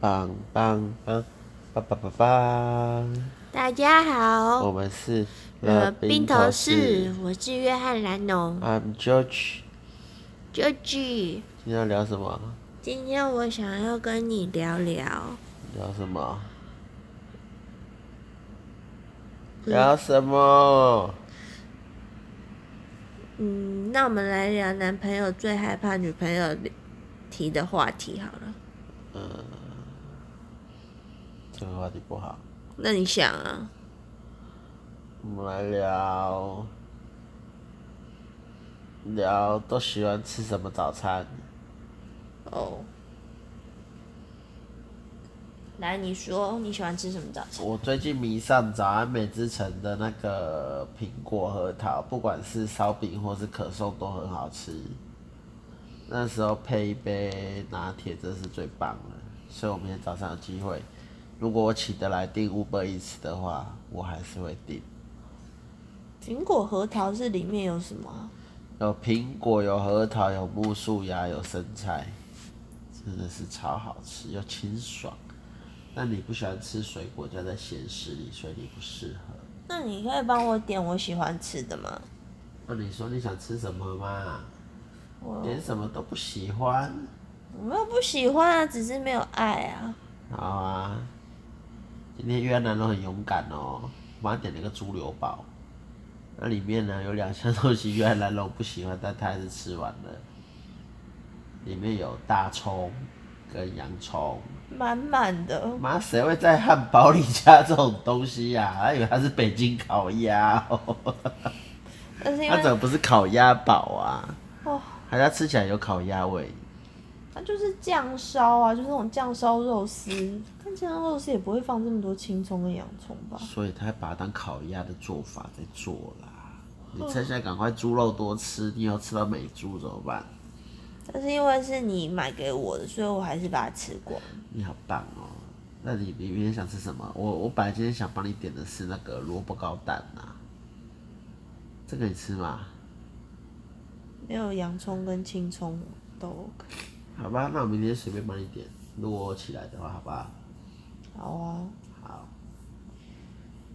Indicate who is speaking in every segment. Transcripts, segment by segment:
Speaker 1: 棒棒啊棒，棒棒棒棒！
Speaker 2: 大家好，
Speaker 1: 我们是
Speaker 2: 哦呃，冰头士，我是约翰兰农
Speaker 1: ，I'm 啊 George。
Speaker 2: George。
Speaker 1: 今天要聊什么？
Speaker 2: 今天我想要跟你聊聊，
Speaker 1: 聊什么？聊什么？
Speaker 2: 嗯，那我们来聊男朋友最害怕女朋友提的话题好了。
Speaker 1: 这个话题不好。
Speaker 2: 那你想啊，
Speaker 1: 我们来聊聊都喜欢吃什么早餐？
Speaker 2: 哦，来你说你喜欢吃什么早餐？
Speaker 1: 我最近迷上早安美之城的那个苹果核桃，不管是烧饼或是可颂都很好吃。那时候配一杯拿铁真是最棒了，所以我明天早上有机会，如果我起得来订 Uber Eats 的话，我还是会订。
Speaker 2: 苹果核桃是里面有什么啊？
Speaker 1: 有苹果，有核桃，有木薯芽，有生菜，真的是超好吃又清爽。但你不喜欢吃水果，就在咸食里，所以你不适合。
Speaker 2: 那你可以帮我点我喜欢吃的吗？
Speaker 1: 那你说你想吃什么嘛？
Speaker 2: 我
Speaker 1: 连什么都不喜欢？
Speaker 2: 我没有不喜欢啊，只是没有爱啊。
Speaker 1: 好啊，今天越南都很勇敢哦，我妈点了一个猪柳堡，那里面呢有两项东西越南龙不喜欢，但她还是吃完了。里面有大葱跟洋葱，
Speaker 2: 满满的，
Speaker 1: 妈谁会在汉堡里加这种东西呀、她以为它是北京烤鸭哦，
Speaker 2: 但是因
Speaker 1: 它怎
Speaker 2: 为
Speaker 1: 么不是烤鸭堡啊？
Speaker 2: 哦，
Speaker 1: 还它吃起来有烤鸭味。
Speaker 2: 它就是酱烧啊，就是那种酱烧肉丝。但酱烧肉丝也不会放这么多青葱跟洋葱吧？
Speaker 1: 所以他把它当烤鸭的做法在做啦。你趁现在赶快猪肉多吃，你以后吃到美猪怎么办？
Speaker 2: 但是因为是你买给我的，所以我还是把它吃光。
Speaker 1: 你好棒哦！那你你明天想吃什么？我我本来今天想帮你点的是那个萝卜糕蛋呐、这个你吃吗？
Speaker 2: 没有洋葱跟青葱都 OK。
Speaker 1: 好吧，那我明天随便帮你点，如果我起来的话，好吧？
Speaker 2: 好啊，
Speaker 1: 好，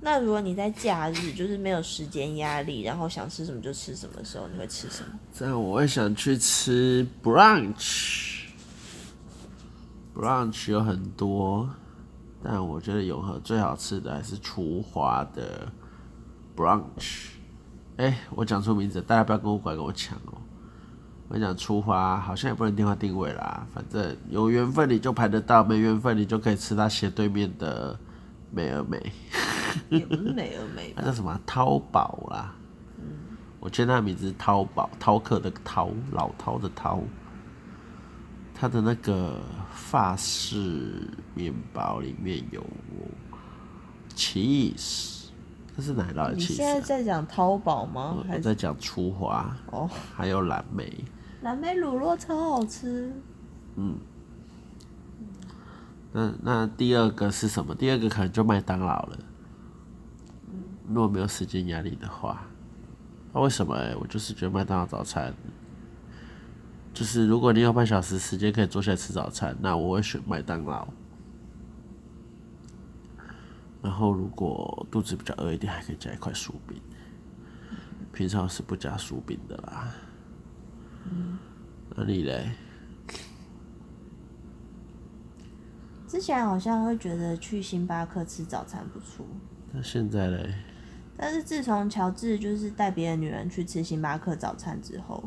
Speaker 2: 那如果你在假日就是没有时间压力，然后想吃什么就吃什么的时候，你会吃什 么？
Speaker 1: 这样我会想去吃 brunch。brunch 有很多，但我觉得永和最好吃的还是厨华的 brunch。哎、我讲错名字，大家不要跟我拐跟我抢哦。我跟你讲，厨华好像也不能电话定位啦，反正有缘分你就排得到，没缘分你就可以吃它斜对面的美而美。
Speaker 2: 也不是美而美吧
Speaker 1: 那叫什么啊淘宝啦。我记得他的名字是淘宝，饕客的饕，老饕的饕。他的那个法式面包里面有 cheese，这是奶酪的
Speaker 2: 你现
Speaker 1: cheese
Speaker 2: 在
Speaker 1: 啊、
Speaker 2: 在讲淘宝吗？
Speaker 1: 我
Speaker 2: 还是
Speaker 1: 在讲粗华，
Speaker 2: 哦，
Speaker 1: 还有蓝莓。
Speaker 2: 蓝莓乳酪超好吃。
Speaker 1: 那那第二个是什么？第二个可能就麦当劳了。如果没有时间压力的话，那、为什么、欸？我就是觉得麦当劳早餐，就是如果你有半小时时间可以坐下来吃早餐，那我会选麦当劳。然后如果肚子比较饿一点，还可以加一块薯饼。平常是不加薯饼的啦。那你嘞？
Speaker 2: 之前好像会觉得去星巴克吃早餐不错，
Speaker 1: 那现在嘞？
Speaker 2: 但是自从乔治就是带别的女人去吃星巴克早餐之后，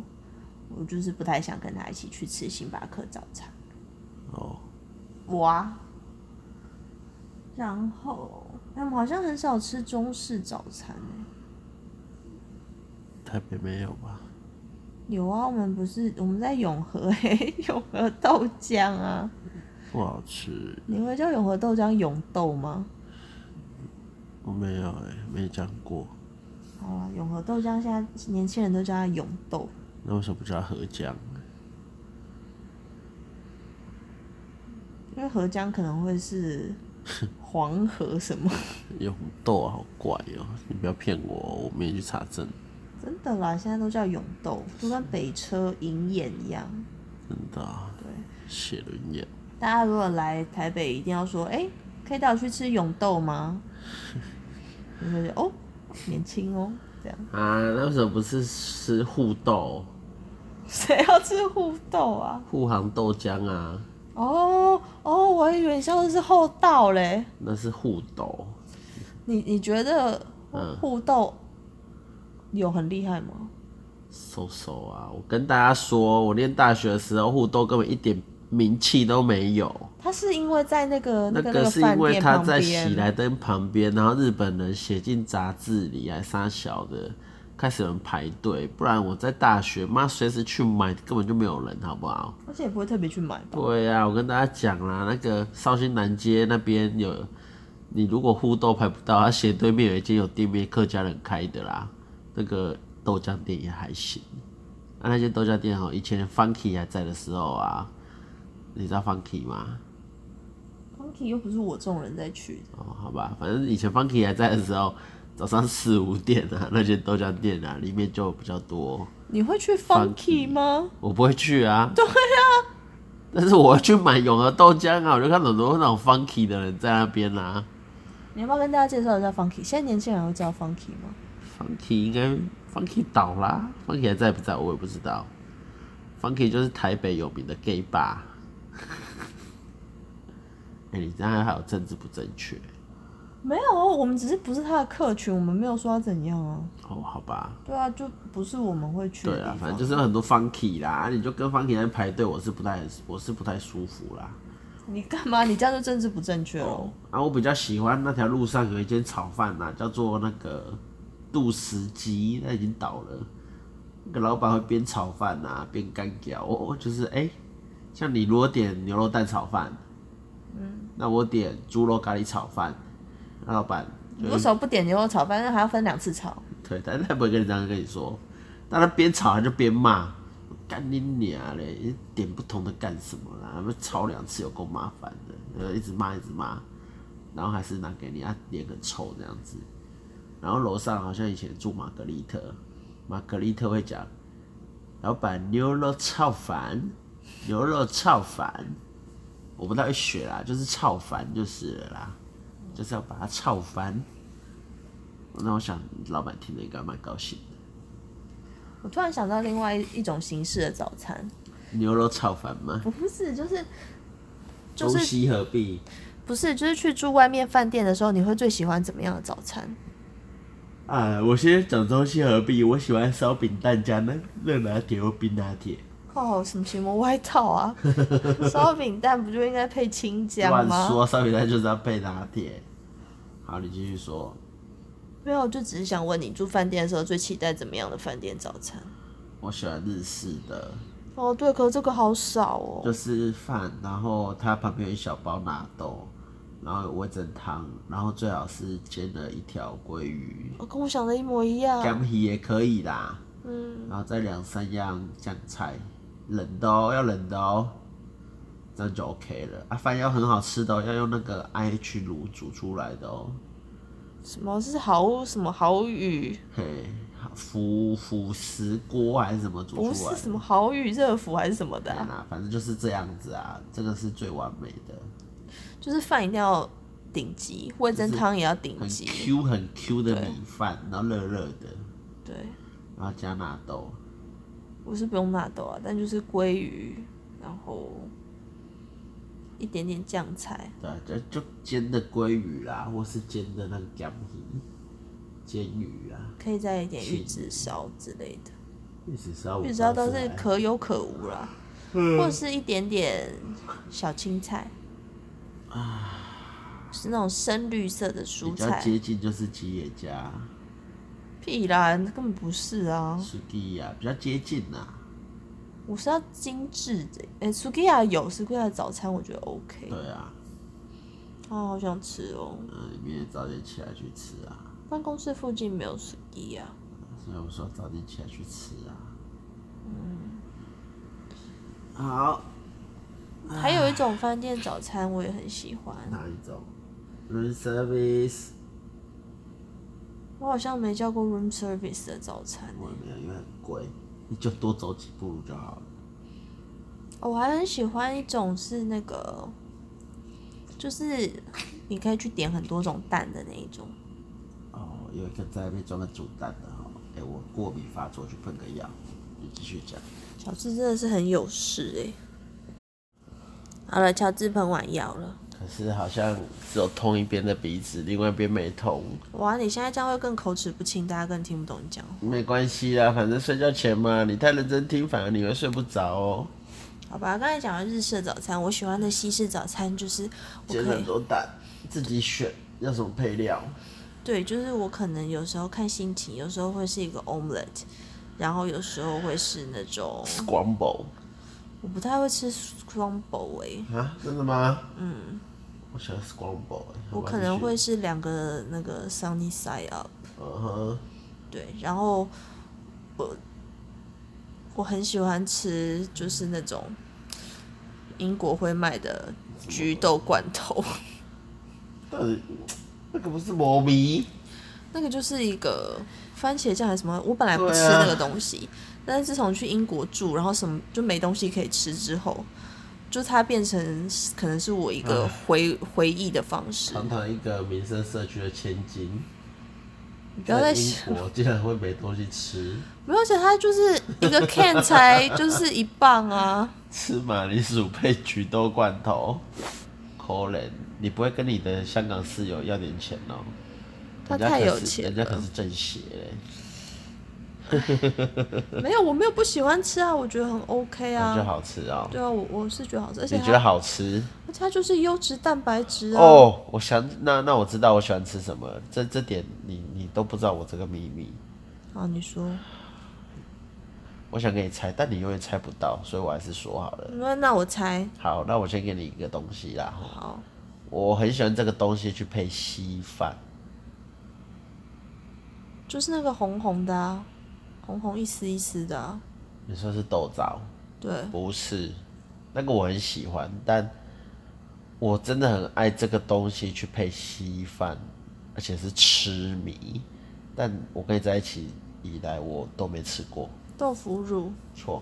Speaker 2: 我就是不太想跟他一起去吃星巴克早餐。
Speaker 1: 哦，
Speaker 2: 我啊，然后哎，我好像很少吃中式早餐欸
Speaker 1: 台北没有吧？
Speaker 2: 有啊，我们不是我们在永和哎、永和豆浆啊，
Speaker 1: 不好吃，
Speaker 2: 你会叫永和豆浆永豆吗？
Speaker 1: 我没有哎、没讲过。
Speaker 2: 好啦，永和豆浆现在年轻人都叫它永豆。
Speaker 1: 那为什么不叫它合江？
Speaker 2: 因为合江可能会是黄河什么，
Speaker 1: 永豆好怪哦、你不要骗我哦，我没去查证，
Speaker 2: 真的啦，现在都叫永豆，就跟北车银眼一样。
Speaker 1: 真的啊、
Speaker 2: 对，
Speaker 1: 写轮眼。
Speaker 2: 大家如果来台北，一定要说，哎、可以带我去吃永豆 吗？你会觉得哦，年轻哦，这样
Speaker 1: 啊，那为什么不是吃护豆、
Speaker 2: 谁要吃互豆啊？
Speaker 1: 护航豆浆啊？
Speaker 2: 哦哦，我还以为你笑的是厚道嘞。
Speaker 1: 那是护豆，
Speaker 2: 你你觉得
Speaker 1: 嗯
Speaker 2: 互豆有很厉害吗？
Speaker 1: 收收啊！我跟大家说，我念大学的时候，护豆根本一点名气都没有。
Speaker 2: 他是因为在那个
Speaker 1: 那
Speaker 2: 个那
Speaker 1: 个
Speaker 2: 个
Speaker 1: 是
Speaker 2: 饭
Speaker 1: 因为
Speaker 2: 店
Speaker 1: 他
Speaker 2: 旁
Speaker 1: 在喜
Speaker 2: 边，
Speaker 1: 来登旁边，然后日本人写进杂志里，还杀小的，开始有人排队。不然我在大学，妈随时去买，根本就没有人，好不好？
Speaker 2: 而且也不会特别去买吧？
Speaker 1: 对呀、我跟大家讲啦，那个绍兴南街那边有，你如果互豆排不到，它斜对面有一间有店面客家人开的啦，那个豆浆店也还行。啊，那间豆浆店哦，以前 Funky 还在的时候啊，你知道 Funky 吗？
Speaker 2: Funky 又不是我这种人在去的，
Speaker 1: 哦，好吧，反正以前 Funky 还在的时候，早上四五点啊， 那间豆浆店啊，里面就比较多。
Speaker 2: 你会去 Funky 吗？
Speaker 1: 我不会去啊。对啊。但是我会去买永和豆浆啊，我就看到很多那种 funky 的人在那边啊。
Speaker 2: 你要不要跟大家介绍一下 Funky？现在年轻人会知道 Funky 吗？
Speaker 1: funky 应该 funky 倒啦，funky 还在不在我也不知道。funky 就是台北有名的 gay bar。哎、你这样还有政治不正确
Speaker 2: 没有啊，我们只是不是他的客群，我们没有说他怎样啊。
Speaker 1: 哦？好吧，
Speaker 2: 对啊，就不是我们会去的
Speaker 1: 对
Speaker 2: 地
Speaker 1: 啊
Speaker 2: 方。，
Speaker 1: 反正就是有很多 funky 啦，啊你就跟 funky 在排队，我是不太我是不太舒服啦。
Speaker 2: 你干嘛？你这样就政治不正确哦了。
Speaker 1: 啊，我比较喜欢那条路上有一间炒饭呐、叫做那个杜石鸡，那已经倒了。那个老板会边炒饭呐、边干嚼，哦，就是哎、像你如果点牛肉蛋炒饭，嗯，那我点猪肉咖喱炒饭，那老板
Speaker 2: 你为什么不点牛肉炒饭？那还要分两次炒。
Speaker 1: 对，但是他不会跟你这样跟你说，但他边炒他就边骂，干你娘嘞！你点不同的干什么啦？那炒两次有够麻烦的，呃，一直骂一直骂，然后还是拿给你啊，脸很臭这样子。然后楼上好像以前住玛格丽特，玛格丽特会讲，老板牛肉炒饭，牛肉炒饭，我不太会学啦，就是炒饭就是了啦，就是要把它炒翻。那我想老板听了应该蛮高兴的。
Speaker 2: 我突然想到另外一一种形式的早餐，
Speaker 1: 牛肉炒饭吗？
Speaker 2: 不是，就是就
Speaker 1: 中
Speaker 2: 是
Speaker 1: 西合璧，
Speaker 2: 不是，就是去住外面饭店的时候，你会最喜欢怎么样的早餐？
Speaker 1: 啊，我先讲中西合璧，我喜欢烧饼蛋加那热拿铁或冰拿铁，
Speaker 2: 哦，什么邪魔外套 啊？烧饼蛋不就应该配青
Speaker 1: 乱
Speaker 2: 江吗？
Speaker 1: 说，烧饼蛋就是要配拿铁。好，你继续说。
Speaker 2: 没有，就只是想问你住饭店的时候最期待怎么样的饭店早餐？
Speaker 1: 我喜欢日式的，
Speaker 2: 哦，对，可是这个好少
Speaker 1: 就
Speaker 2: 哦。
Speaker 1: 是饭，然后它旁边有一小包纳豆，然后有味噌汤，然后最好是煎了一条鲑鱼，
Speaker 2: 我哦跟我想的一模一样。
Speaker 1: 干皮也可以啦。
Speaker 2: 哦嗯，
Speaker 1: 然后再两三样酱菜，冷的哦，要冷的哦，这样就 OK 了。啊，饭要很好吃的、哦，要用那个 IH 炉煮出来的哦。
Speaker 2: 什么是好什么好雨？
Speaker 1: 嘿，腐腐蚀锅还是什么煮
Speaker 2: 不
Speaker 1: 出来
Speaker 2: 是
Speaker 1: 的？
Speaker 2: 什么好雨热敷还是什么的
Speaker 1: 对
Speaker 2: 啊、
Speaker 1: 啦，反正就是这样子啊，这个是最完美的，
Speaker 2: 就是饭一定要顶级，味噌汤也要顶
Speaker 1: 很
Speaker 2: 级。
Speaker 1: Q 很 Q 的米饭，然后热热的，
Speaker 2: 对，
Speaker 1: 然后加纳豆，
Speaker 2: 我是不用纳豆啊，但就是鲑鱼，然后一点点酱菜。
Speaker 1: 对啊，就就煎的鲑鱼啦，或是煎的那个干鱼，煎鱼啊啦，
Speaker 2: 可以再一点玉子烧之类的，
Speaker 1: 玉子烧我
Speaker 2: 玉子烧
Speaker 1: 倒
Speaker 2: 都
Speaker 1: 还
Speaker 2: 是
Speaker 1: 好
Speaker 2: 可有可无啦，或者是一点点小青菜，是那种深绿色的
Speaker 1: 比
Speaker 2: 蔬
Speaker 1: 较
Speaker 2: 菜，
Speaker 1: 接近就是吉野家、
Speaker 2: 屁啦，那根本不是啊，
Speaker 1: s u k 啊，比较接近啦、
Speaker 2: 我是要精致的，哎、苏 s u k 有 s u k i 的早餐我觉得 OK，
Speaker 1: 对啊，呃
Speaker 2: 啊，好想吃哦，
Speaker 1: 那你明天早点起来去吃啊。
Speaker 2: 办公室附近没有 s u k i 啊，
Speaker 1: 所以我说早点起来去吃啊。嗯。好，
Speaker 2: 还有一种饭店早餐我也很喜欢，
Speaker 1: 哪一种？Room service，
Speaker 2: 我好像没叫过 room service 的早餐、欸
Speaker 1: 我也没有，因为很贵，你就多走几步路就好了。
Speaker 2: 哦我还很喜欢一种是那个，就是你可以去点很多种蛋的那一种。
Speaker 1: 哦，有一个在那边专门煮蛋的哈、哦，哎、我过敏发作去喷个药，你继续讲。
Speaker 2: 乔治真的是很有事哎、好了，乔治喷完药了。
Speaker 1: 可是好像只有通一边的鼻子，另外一边没通，
Speaker 2: 哇，你现在这样会更口齿不清，大家更听不懂你讲话。
Speaker 1: 没关系啦，反正睡觉前嘛，你太认真听，反而你会睡不着哦。
Speaker 2: 好吧，刚才讲完日式的早餐，我喜欢的西式早餐就是我
Speaker 1: 煎
Speaker 2: 可
Speaker 1: 很
Speaker 2: 以
Speaker 1: 多蛋，自己选要什么配料。
Speaker 2: 对，就是我可能有时候看心情，有时候会是一个 omelette，然后有时候会是那种
Speaker 1: Scramble
Speaker 2: 我不太会吃 scramble 哎、
Speaker 1: 啊，真的吗？嗯，我喜欢 Scramble 欸、
Speaker 2: 我
Speaker 1: 好吧
Speaker 2: 可能，会
Speaker 1: 继续
Speaker 2: 是两个那个 sunny side up，
Speaker 1: 嗯哼，
Speaker 2: 对，然后我我很喜欢吃就是那种英国会卖的橘豆罐头，
Speaker 1: 但是那个不是魔迷，
Speaker 2: 那个就是一个番茄酱还是什么，我本来不
Speaker 1: 对
Speaker 2: 吃
Speaker 1: 啊
Speaker 2: 那个东西，但是自从去英国住，然后什么就没东西可以吃之后，就它变成可能是我一
Speaker 1: 嗯
Speaker 2: 个回回忆的方式。
Speaker 1: 堂堂一个民生社区的千金，
Speaker 2: 你不要
Speaker 1: 在
Speaker 2: 再
Speaker 1: 英
Speaker 2: 想
Speaker 1: 国竟然会没东西吃，
Speaker 2: 没有，而且它就是一个 can 才 就是一磅啊。
Speaker 1: 吃马铃薯配橘豆罐头，可怜，你不会跟你的香港室友要点钱哦、
Speaker 2: 他
Speaker 1: 人家
Speaker 2: 太
Speaker 1: 可
Speaker 2: 有
Speaker 1: 是
Speaker 2: 钱
Speaker 1: 人家可是正欸邪嘞、
Speaker 2: 没有，我没有不喜欢吃啊，我觉得很 OK
Speaker 1: 感觉
Speaker 2: 啊。
Speaker 1: 好吃 哦、
Speaker 2: 对啊，我我是觉得好吃，而且
Speaker 1: 你觉
Speaker 2: 它
Speaker 1: 得好吃？
Speaker 2: 而且它就是优质蛋白质啊。
Speaker 1: 哦，我想那那我知道我喜欢吃什么了，这这点你你都不知道我这个秘密，
Speaker 2: 好，你说，
Speaker 1: 我想给你猜，但你永远猜不到，所以我还是说好了。
Speaker 2: 那那我猜
Speaker 1: 好，那我先给你一个东西啦，吼
Speaker 2: 好，
Speaker 1: 我很喜欢这个东西去配稀饭，
Speaker 2: 就是那个红红的啊，红红一丝一丝的、啊，
Speaker 1: 你说是豆枣？
Speaker 2: 对，
Speaker 1: 不是，那个我很喜欢，但我真的很爱这个东西去配稀饭，而且是痴迷。但我跟你在一起以来，我都没吃过，
Speaker 2: 豆腐乳
Speaker 1: 错。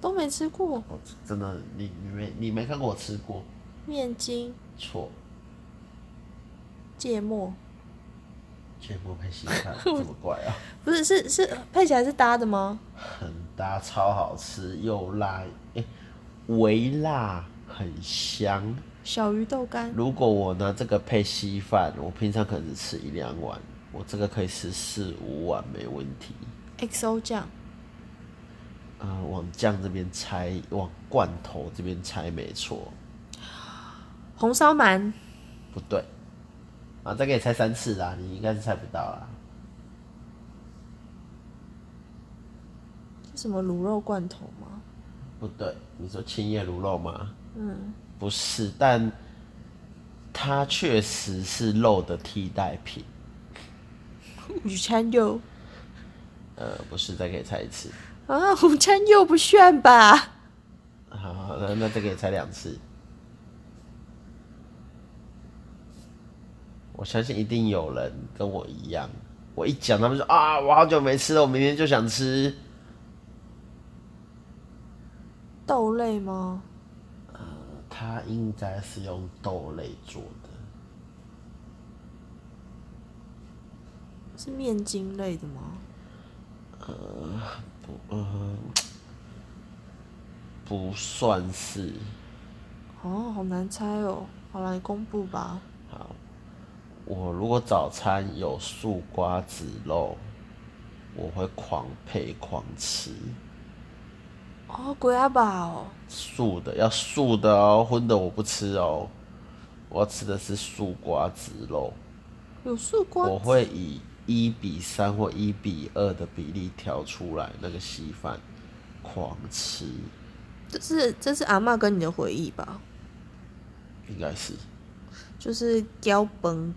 Speaker 2: 都没吃过，
Speaker 1: 我哦真的，你你没你没看过我吃过，
Speaker 2: 面筋、
Speaker 1: 错，
Speaker 2: 芥末，
Speaker 1: 全部配稀饭，这么怪啊！
Speaker 2: 不是是是配起来是搭的吗？
Speaker 1: 很搭，超好吃，又辣，诶，微辣，很香。
Speaker 2: 小鱼豆干，
Speaker 1: 如果我拿这个配稀饭，我平常可能只吃一两碗，我这个可以吃四五碗没问题。
Speaker 2: XO 酱，
Speaker 1: 呃，往酱这边拆，往罐头这边拆，没错，
Speaker 2: 红烧鳗，
Speaker 1: 不对。啊，再给你猜三次啦，你应该是猜不到啦。
Speaker 2: 是什么卤肉罐头吗？
Speaker 1: 不对，你说青叶卤肉吗？嗯，不是，但它确实是肉的替代品。
Speaker 2: 午餐肉
Speaker 1: 呃，不是，再给你猜一次。
Speaker 2: 啊，午餐肉不炫吧？
Speaker 1: 好好，那那再给你猜两次。我相信一定有人跟我一样，我一讲他们说啊，我好久没吃了，我明天就想吃。
Speaker 2: 豆类吗？
Speaker 1: 它应该是用豆类做的，
Speaker 2: 是面筋类的吗？
Speaker 1: 不算是。
Speaker 2: 哦，好难猜哦。好了，你公布吧。
Speaker 1: 我如果早餐有素瓜子肉，我会狂配狂吃。
Speaker 2: 哦，鬼阿爸哦，
Speaker 1: 素的要素的哦，荤的我不吃哦。我要吃的是素瓜子肉，
Speaker 2: 有素瓜
Speaker 1: 我会以一比三或一比二的比例调出来那个稀饭，狂吃，
Speaker 2: 这是这是阿嬷跟你的回忆吧？
Speaker 1: 应该是。
Speaker 2: 就是胶崩，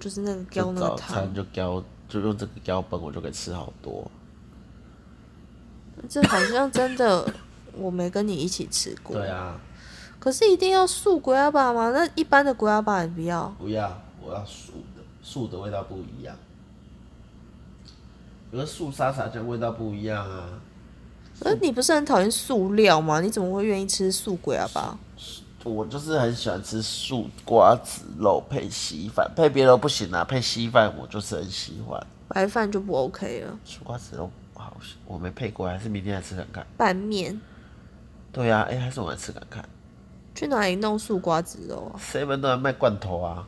Speaker 2: 就是那个胶
Speaker 1: 就
Speaker 2: 那个
Speaker 1: 早
Speaker 2: 汤
Speaker 1: 餐，就浇，就用这个浇本，我就可以吃好多。
Speaker 2: 这好像真的我没跟你一起吃过。
Speaker 1: 对啊，
Speaker 2: 可是一定要素龟阿爸吗？那一般的龟阿爸你不要。
Speaker 1: 不要，我要素的，素的味道不一样。有的素沙茶酱味道不一样啊，
Speaker 2: 可是你不是很讨厌塑料吗？你怎么会愿意吃素鬼啊吧？
Speaker 1: 我就是很喜欢吃素瓜子肉配稀饭，配别的不行啊，配稀饭我就是很喜欢。
Speaker 2: 白饭就不 OK 了，
Speaker 1: 素瓜子肉好，我没配过，还是明天来吃看看。
Speaker 2: 拌面
Speaker 1: 对啊，哎、还是我们来吃看看。
Speaker 2: 去哪里弄素瓜子肉啊
Speaker 1: seven 都在卖罐头啊。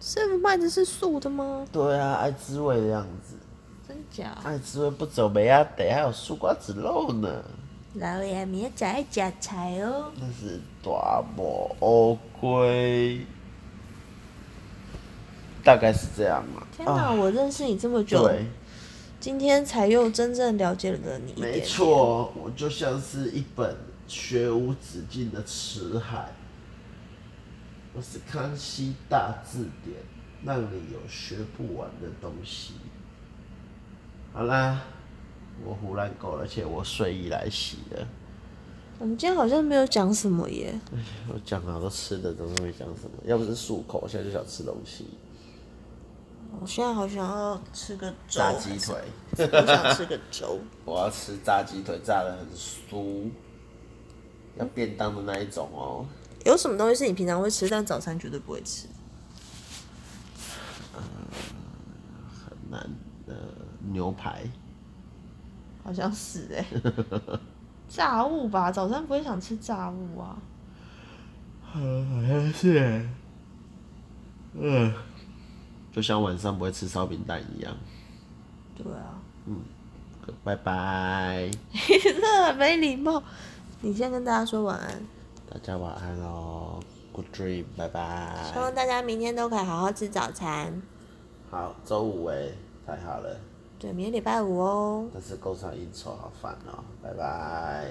Speaker 2: ？seven 卖的是素的吗？
Speaker 1: 对啊，爱滋味的样子，
Speaker 2: 真假？
Speaker 1: 爱滋味不走梅啊，得还有素瓜子肉呢。
Speaker 2: 老爷明仔载食菜哦。
Speaker 1: 那是大魔乌龟，大概是这样嘛。
Speaker 2: 天哪，
Speaker 1: 啊
Speaker 2: 我认识你这么久，
Speaker 1: 对，
Speaker 2: 今天才又真正了解了你一点
Speaker 1: 没
Speaker 2: 点。
Speaker 1: 错，我就像是一本学无止境的词海，我是康熙大字典，让你有学不完的东西。好啦，我胡乱够了，而且我睡意来袭了。
Speaker 2: 我们今天好像没有讲什么耶。
Speaker 1: 我讲好多吃的，都没讲什么，要不是漱口，我现在就想吃东西，
Speaker 2: 我现在好想要吃个粥，
Speaker 1: 炸鸡腿。
Speaker 2: 我想吃个粥。
Speaker 1: 我要吃炸鸡腿，炸的很酥，要便当的那一种哦。
Speaker 2: 有什么东西是你平常会吃，但早餐绝对不会吃？
Speaker 1: 很难，呃，牛排，
Speaker 2: 好像是 哎、炸物吧，早餐不会想吃炸物啊。
Speaker 1: 好像是，嗯，就像晚上不会吃烧饼蛋一样。
Speaker 2: 对啊，
Speaker 1: 拜拜，
Speaker 2: 你 真的很没礼貌。你先跟大家说晚安，
Speaker 1: 大家晚安喽，Good dream，拜
Speaker 2: 希望
Speaker 1: 拜。
Speaker 2: 大家明天都可以好好吃早餐。
Speaker 1: 好，周五哎，太好了，
Speaker 2: 对，明天礼拜五哦。
Speaker 1: 但是工厂应酬好烦哦，拜拜。